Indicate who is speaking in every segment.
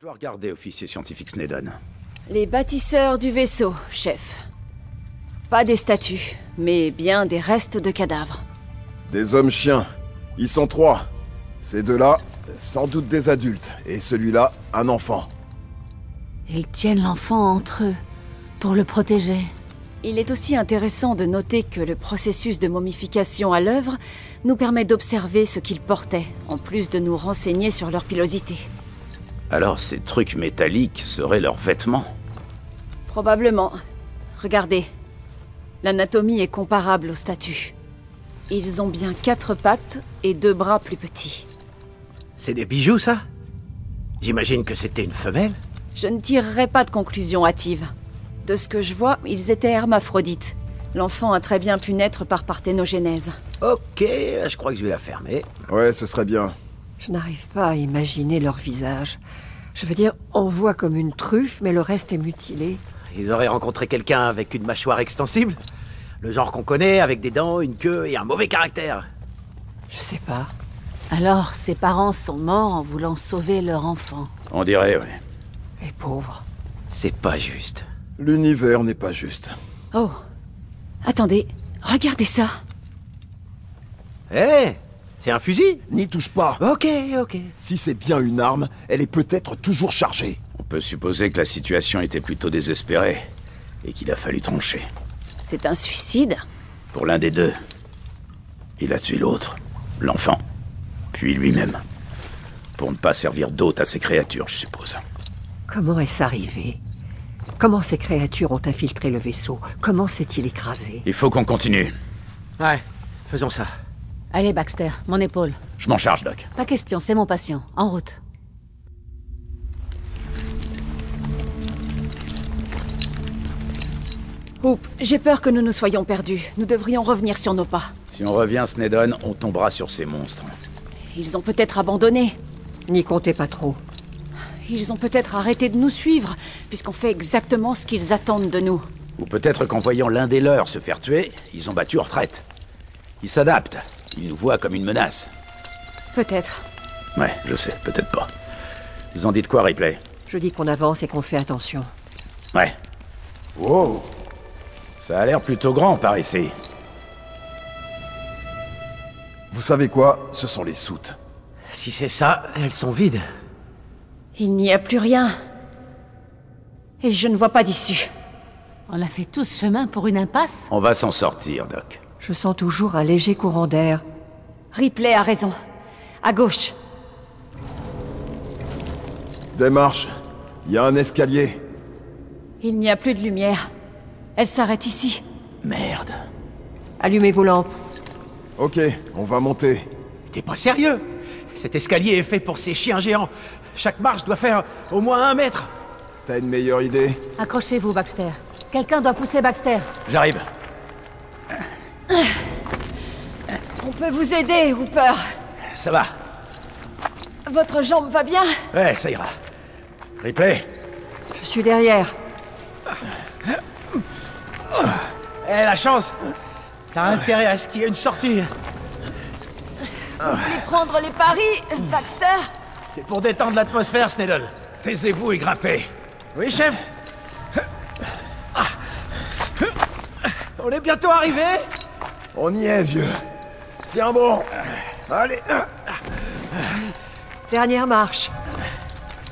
Speaker 1: dois regarder, officier scientifique Sneddon.
Speaker 2: Les bâtisseurs du vaisseau, chef. Pas des statues, mais bien des restes de cadavres.
Speaker 3: Des hommes chiens. Ils sont trois. Ces deux-là, sans doute des adultes, et celui-là, un enfant.
Speaker 4: Ils tiennent l'enfant entre eux, pour le protéger.
Speaker 2: Il est aussi intéressant de noter que le processus de momification à l'œuvre nous permet d'observer ce qu'ils portaient, en plus de nous renseigner sur leur pilosité.
Speaker 1: Alors ces trucs métalliques seraient leurs vêtements
Speaker 2: Probablement. Regardez. L'anatomie est comparable aux statues. Ils ont bien quatre pattes et deux bras plus petits.
Speaker 5: C'est des bijoux, ça J'imagine que c'était une femelle
Speaker 2: Je ne tirerai pas de conclusion hâtive. De ce que je vois, ils étaient hermaphrodites. L'enfant a très bien pu naître par parthénogénèse.
Speaker 5: Ok, je crois que je vais la fermer.
Speaker 3: Ouais, ce serait bien.
Speaker 6: Je n'arrive pas à imaginer leur visage. Je veux dire, on voit comme une truffe, mais le reste est mutilé.
Speaker 5: Ils auraient rencontré quelqu'un avec une mâchoire extensible Le genre qu'on connaît, avec des dents, une queue et un mauvais caractère.
Speaker 6: Je sais pas.
Speaker 4: Alors, ses parents sont morts en voulant sauver leur enfant.
Speaker 1: On dirait, oui.
Speaker 6: Les pauvres.
Speaker 5: C'est pas juste.
Speaker 3: L'univers n'est pas juste.
Speaker 2: Oh. Attendez, regardez ça.
Speaker 5: Hé Eh, C'est un fusil
Speaker 3: N'y touche pas
Speaker 5: Ok, ok.
Speaker 3: Si c'est bien une arme, elle est peut-être toujours chargée.
Speaker 1: On peut supposer que la situation était plutôt désespérée et qu'il a fallu trancher.
Speaker 2: C'est un suicide
Speaker 1: Pour l'un des deux, il a tué l'autre, l'enfant, puis lui-même. Pour ne pas servir d'hôte à ces créatures, je suppose.
Speaker 6: Comment est-ce arrivé Comment ces créatures ont infiltré le vaisseau Comment s'est-il écrasé
Speaker 1: Il faut qu'on continue.
Speaker 5: Ouais, faisons ça.
Speaker 4: Allez, Baxter, mon épaule.
Speaker 1: Je m'en charge, Doc.
Speaker 4: Pas question, c'est mon patient. En route.
Speaker 2: Oup, j'ai peur que nous nous soyons perdus. Nous devrions revenir sur nos pas.
Speaker 1: Si on revient, Sneddon, on tombera sur ces monstres.
Speaker 2: Ils ont peut-être abandonné.
Speaker 6: N'y comptez pas trop.
Speaker 2: Ils ont peut-être arrêté de nous suivre, puisqu'on fait exactement ce qu'ils attendent de nous.
Speaker 1: Ou peut-être qu'en voyant l'un des leurs se faire tuer, ils ont battu en retraite. Ils s'adaptent. Ils nous voient comme une menace.
Speaker 2: Peut-être.
Speaker 1: Ouais, je sais, peut-être pas. Vous en dites quoi, Ripley
Speaker 6: Je dis qu'on avance et qu'on fait attention.
Speaker 1: Ouais. Wow Ça a l'air plutôt grand par ici.
Speaker 3: Vous savez quoi Ce sont les soutes.
Speaker 5: Si c'est ça, elles sont vides.
Speaker 2: Il n'y a plus rien. Et je ne vois pas d'issue.
Speaker 4: On a fait tout ce chemin pour une impasse
Speaker 1: On va s'en sortir, Doc.
Speaker 6: Je sens toujours un léger courant d'air.
Speaker 2: Ripley a raison. À gauche.
Speaker 3: Des marches. Il y a un escalier.
Speaker 2: Il n'y a plus de lumière. Elle s'arrête ici.
Speaker 1: Merde.
Speaker 6: Allumez vos lampes.
Speaker 3: Ok, on va monter.
Speaker 5: T'es pas sérieux Cet escalier est fait pour ces chiens géants. Chaque marche doit faire au moins un mètre.
Speaker 3: T'as une meilleure idée
Speaker 4: Accrochez-vous, Baxter. Quelqu'un doit pousser Baxter.
Speaker 1: J'arrive.
Speaker 2: On peut vous aider, Hooper.
Speaker 1: Ça va.
Speaker 2: Votre jambe va bien
Speaker 1: Ouais, ça ira. Ripley
Speaker 6: Je suis derrière.
Speaker 5: Eh, la chance T'as intérêt à ce qu'il y ait une sortie.
Speaker 2: Voulez prendre les paris, Baxter
Speaker 5: C'est pour détendre l'atmosphère, Sneddon.
Speaker 1: Taisez-vous et grimpez.
Speaker 5: Oui, chef On est bientôt arrivé
Speaker 3: On y est, vieux. Tiens bon. Allez.
Speaker 6: Dernière marche.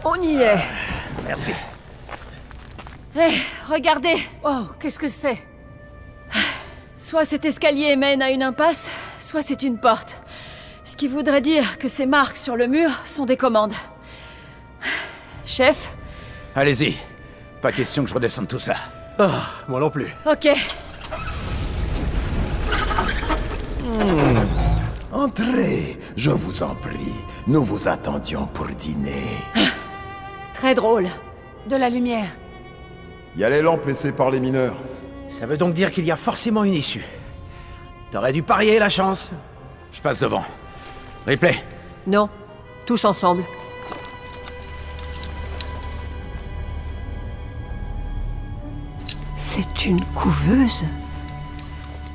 Speaker 6: On y est.
Speaker 1: Merci.
Speaker 2: Eh, regardez
Speaker 4: Oh, qu'est-ce que c'est
Speaker 2: Soit cet escalier mène à une impasse, soit c'est une porte. Ce qui voudrait dire que ces marques sur le mur sont des commandes. Chef
Speaker 1: Allez-y. Pas question que je redescende tout ça.
Speaker 5: Moi non plus.
Speaker 2: Ok.
Speaker 3: Entrez, je vous en prie. Nous vous attendions pour dîner.
Speaker 2: Très drôle.
Speaker 4: De la lumière.
Speaker 3: Il y a les lampes laissées par les mineurs.
Speaker 5: Ça veut donc dire qu'il y a forcément une issue. T'aurais dû parier la chance.
Speaker 1: Je passe devant. Ripley
Speaker 6: Non. Touche ensemble. C'est une couveuse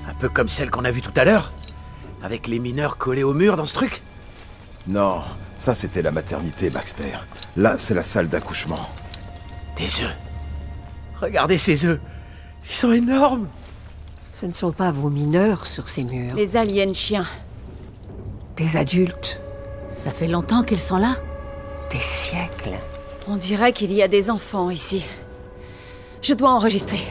Speaker 5: Un peu comme celle qu'on a vue tout à l'heure. Avec les mineurs collés au mur dans ce truc.
Speaker 3: Non, ça c'était la maternité, Baxter. Là, c'est la salle d'accouchement.
Speaker 5: Des œufs. Regardez ces œufs. Ils sont énormes.
Speaker 6: Ce ne sont pas vos mineurs sur ces murs.
Speaker 2: Les aliens chiens.
Speaker 6: Des adultes,
Speaker 4: Ça fait longtemps qu'ils sont là
Speaker 6: des siècles.
Speaker 2: On dirait qu'il y a des enfants ici. Je dois enregistrer.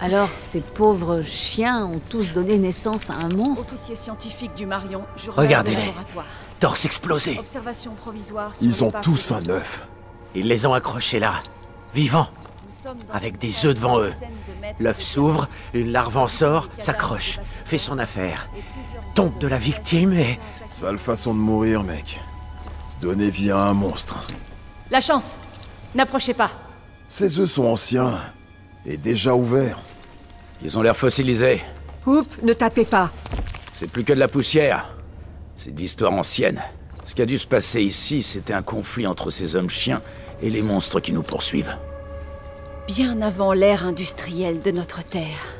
Speaker 4: Alors, ces pauvres chiens ont tous donné naissance à un monstre
Speaker 2: Officier scientifique du Marion, journal
Speaker 5: Regardez-les.
Speaker 2: de laboratoire.
Speaker 5: Torse explosé.
Speaker 2: Observation provisoire sur
Speaker 3: Ils
Speaker 2: le
Speaker 3: ont
Speaker 2: parc.
Speaker 3: tous un œuf.
Speaker 5: Ils les ont accrochés là, vivants.
Speaker 2: Nous sommes dans
Speaker 5: avec
Speaker 2: une
Speaker 5: des
Speaker 2: salle
Speaker 5: œufs devant
Speaker 2: d'une
Speaker 5: eux.
Speaker 2: dizaine de mètres
Speaker 5: L'œuf
Speaker 2: de
Speaker 5: s'ouvre, une larve en sort,
Speaker 2: cadavre
Speaker 5: s'accroche,
Speaker 2: de bâtiment.
Speaker 5: fait son affaire,
Speaker 2: et plusieurs
Speaker 5: tombe
Speaker 2: zones
Speaker 5: de la
Speaker 2: mutation
Speaker 5: victime et...
Speaker 2: sont attaquées.
Speaker 3: Sale façon de mourir, mec. Donner vie à un monstre.
Speaker 2: La chance N'approchez pas
Speaker 3: Ces œufs sont anciens et déjà ouverts.
Speaker 1: Ils ont l'air fossilisés.
Speaker 6: Oups, ne tapez pas.
Speaker 1: C'est plus que de la poussière. C'est de l'histoire ancienne. Ce qui a dû se passer ici, c'était un conflit entre ces hommes-chiens et les monstres qui nous poursuivent.
Speaker 2: Bien avant l'ère industrielle de notre Terre.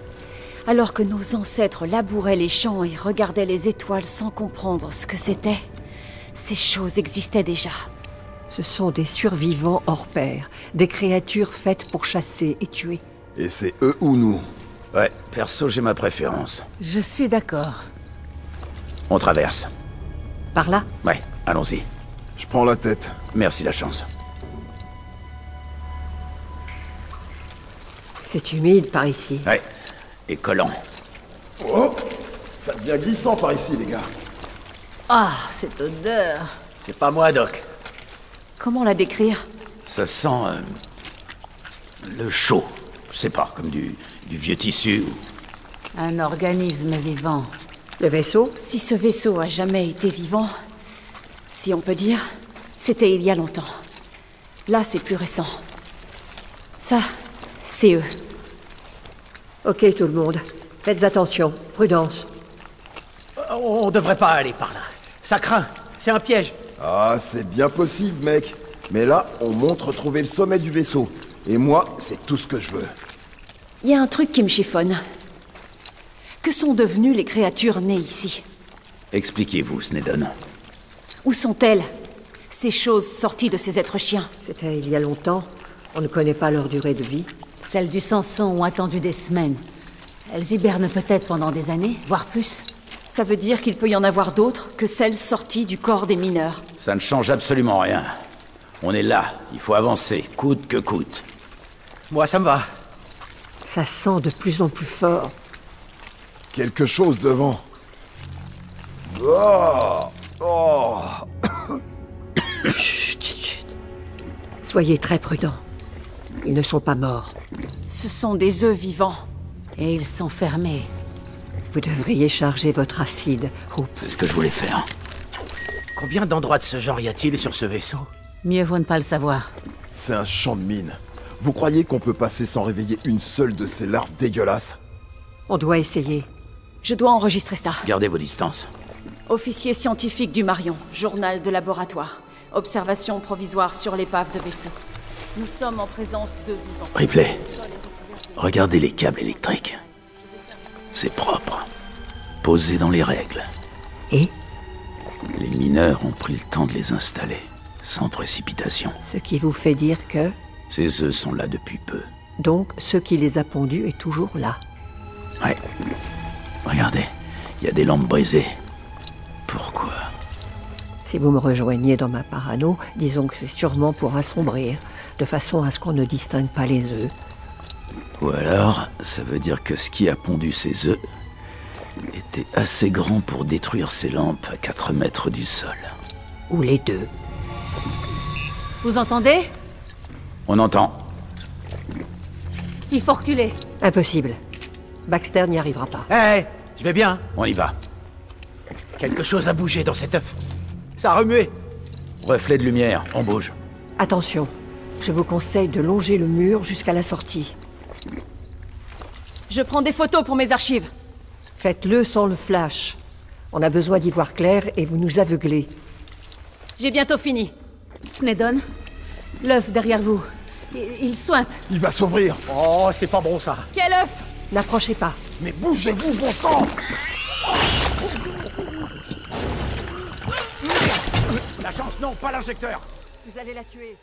Speaker 2: Alors que nos ancêtres labouraient les champs et regardaient les étoiles sans comprendre ce que c'était, ces choses existaient déjà.
Speaker 6: Ce sont des survivants hors pair, des créatures faites pour chasser et tuer.
Speaker 3: Et c'est eux ou nous.
Speaker 1: Ouais, perso, j'ai ma préférence.
Speaker 4: Je suis d'accord.
Speaker 1: On traverse.
Speaker 6: Par là
Speaker 1: Ouais, allons-y.
Speaker 3: Je prends la tête.
Speaker 1: Merci la chance.
Speaker 6: C'est humide par ici.
Speaker 1: Ouais, et collant.
Speaker 3: Oh Ça devient glissant par ici, les gars.
Speaker 4: Ah, cette odeur
Speaker 5: C'est pas moi, Doc.
Speaker 2: Comment la décrire
Speaker 1: Ça sent euh, le chaud. Je sais pas, comme du, du vieux tissu.
Speaker 4: Un organisme vivant.
Speaker 6: Le vaisseau
Speaker 2: Si ce vaisseau a jamais été vivant, si on peut dire, c'était il y a longtemps. Là, c'est plus récent. Ça, c'est eux.
Speaker 6: Ok tout le monde. Faites attention, prudence.
Speaker 5: On on devrait pas aller par là. Ça craint. C'est un piège.
Speaker 3: Ah, c'est bien possible, mec. Mais là, on monte retrouver le sommet du vaisseau. Et moi, c'est tout ce que je veux.
Speaker 2: Il y a un truc qui me chiffonne. Que sont devenues les créatures nées ici
Speaker 1: Expliquez-vous, Sneddon.
Speaker 2: Où sont-elles Ces choses sorties de ces êtres chiens
Speaker 6: C'était il y a longtemps. On ne connaît pas leur durée de vie.
Speaker 4: Celles du Samson ont attendu des semaines. Elles hibernent peut-être pendant des années, voire plus.
Speaker 2: Ça veut dire qu'il peut y en avoir d'autres que celles sorties du corps des mineurs.
Speaker 1: Ça ne change absolument rien. On est là, il faut avancer, coûte que coûte.
Speaker 5: Moi, ça me va.
Speaker 6: Ça sent de plus en plus fort.
Speaker 3: Quelque chose devant. Oh Oh
Speaker 6: Chut, chut, chut. Soyez très prudents. Ils ne sont pas morts.
Speaker 2: Ce sont des œufs vivants.
Speaker 4: Et ils sont fermés.
Speaker 6: Vous devriez charger votre acide, Hoop.
Speaker 1: C'est ce que je voulais faire.
Speaker 5: Combien d'endroits de ce genre y a-t-il sur ce vaisseau
Speaker 4: Mieux vaut ne pas le savoir.
Speaker 3: C'est un champ de mine. Vous croyez qu'on peut passer sans réveiller une seule de ces larves dégueulasses
Speaker 6: On doit essayer.
Speaker 2: Je dois enregistrer ça.
Speaker 1: Gardez vos distances.
Speaker 2: Officier scientifique du Marion, journal de laboratoire. Observation provisoire sur l'épave de vaisseau. Nous sommes en présence de vivants.
Speaker 1: Ripley, regardez les câbles électriques. C'est propre. Posé dans les règles.
Speaker 6: Et
Speaker 1: Les mineurs ont pris le temps de les installer, sans précipitation.
Speaker 6: Ce qui vous fait dire que,
Speaker 1: Ces œufs sont là depuis peu.
Speaker 6: donc, ce qui les a pondus est toujours là.
Speaker 1: Ouais. Regardez, il y a des lampes brisées. Pourquoi
Speaker 6: Si vous me rejoignez dans ma parano, disons que c'est sûrement pour assombrir, de façon à ce qu'on ne distingue pas les œufs.
Speaker 1: Ou alors, ça veut dire que ce qui a pondu ces œufs était assez grand pour détruire ces lampes à 4 mètres du sol.
Speaker 6: Ou les deux.
Speaker 4: Vous entendez
Speaker 1: On entend.
Speaker 4: Il faut reculer.
Speaker 6: Impossible. Baxter n'y arrivera pas.
Speaker 5: Hé, Eh, je vais bien.
Speaker 1: On y va.
Speaker 5: Quelque chose a bougé dans cet œuf. Ça a remué.
Speaker 1: Reflet de lumière, on bouge.
Speaker 6: Attention, je vous conseille de longer le mur jusqu'à la sortie.
Speaker 2: Je prends des photos pour mes archives.
Speaker 6: Faites-le sans le flash. On a besoin d'y voir clair et vous nous aveuglez.
Speaker 2: J'ai bientôt fini.
Speaker 4: Sneddon, l'œuf derrière vous. I- Il sointe.
Speaker 3: Il va s'ouvrir
Speaker 5: Oh, c'est pas bon ça.
Speaker 2: Quel œuf
Speaker 6: N'approchez pas.
Speaker 3: Mais bougez-vous, bon sang
Speaker 7: chance, non, pas l'injecteur
Speaker 6: Vous allez la tuer.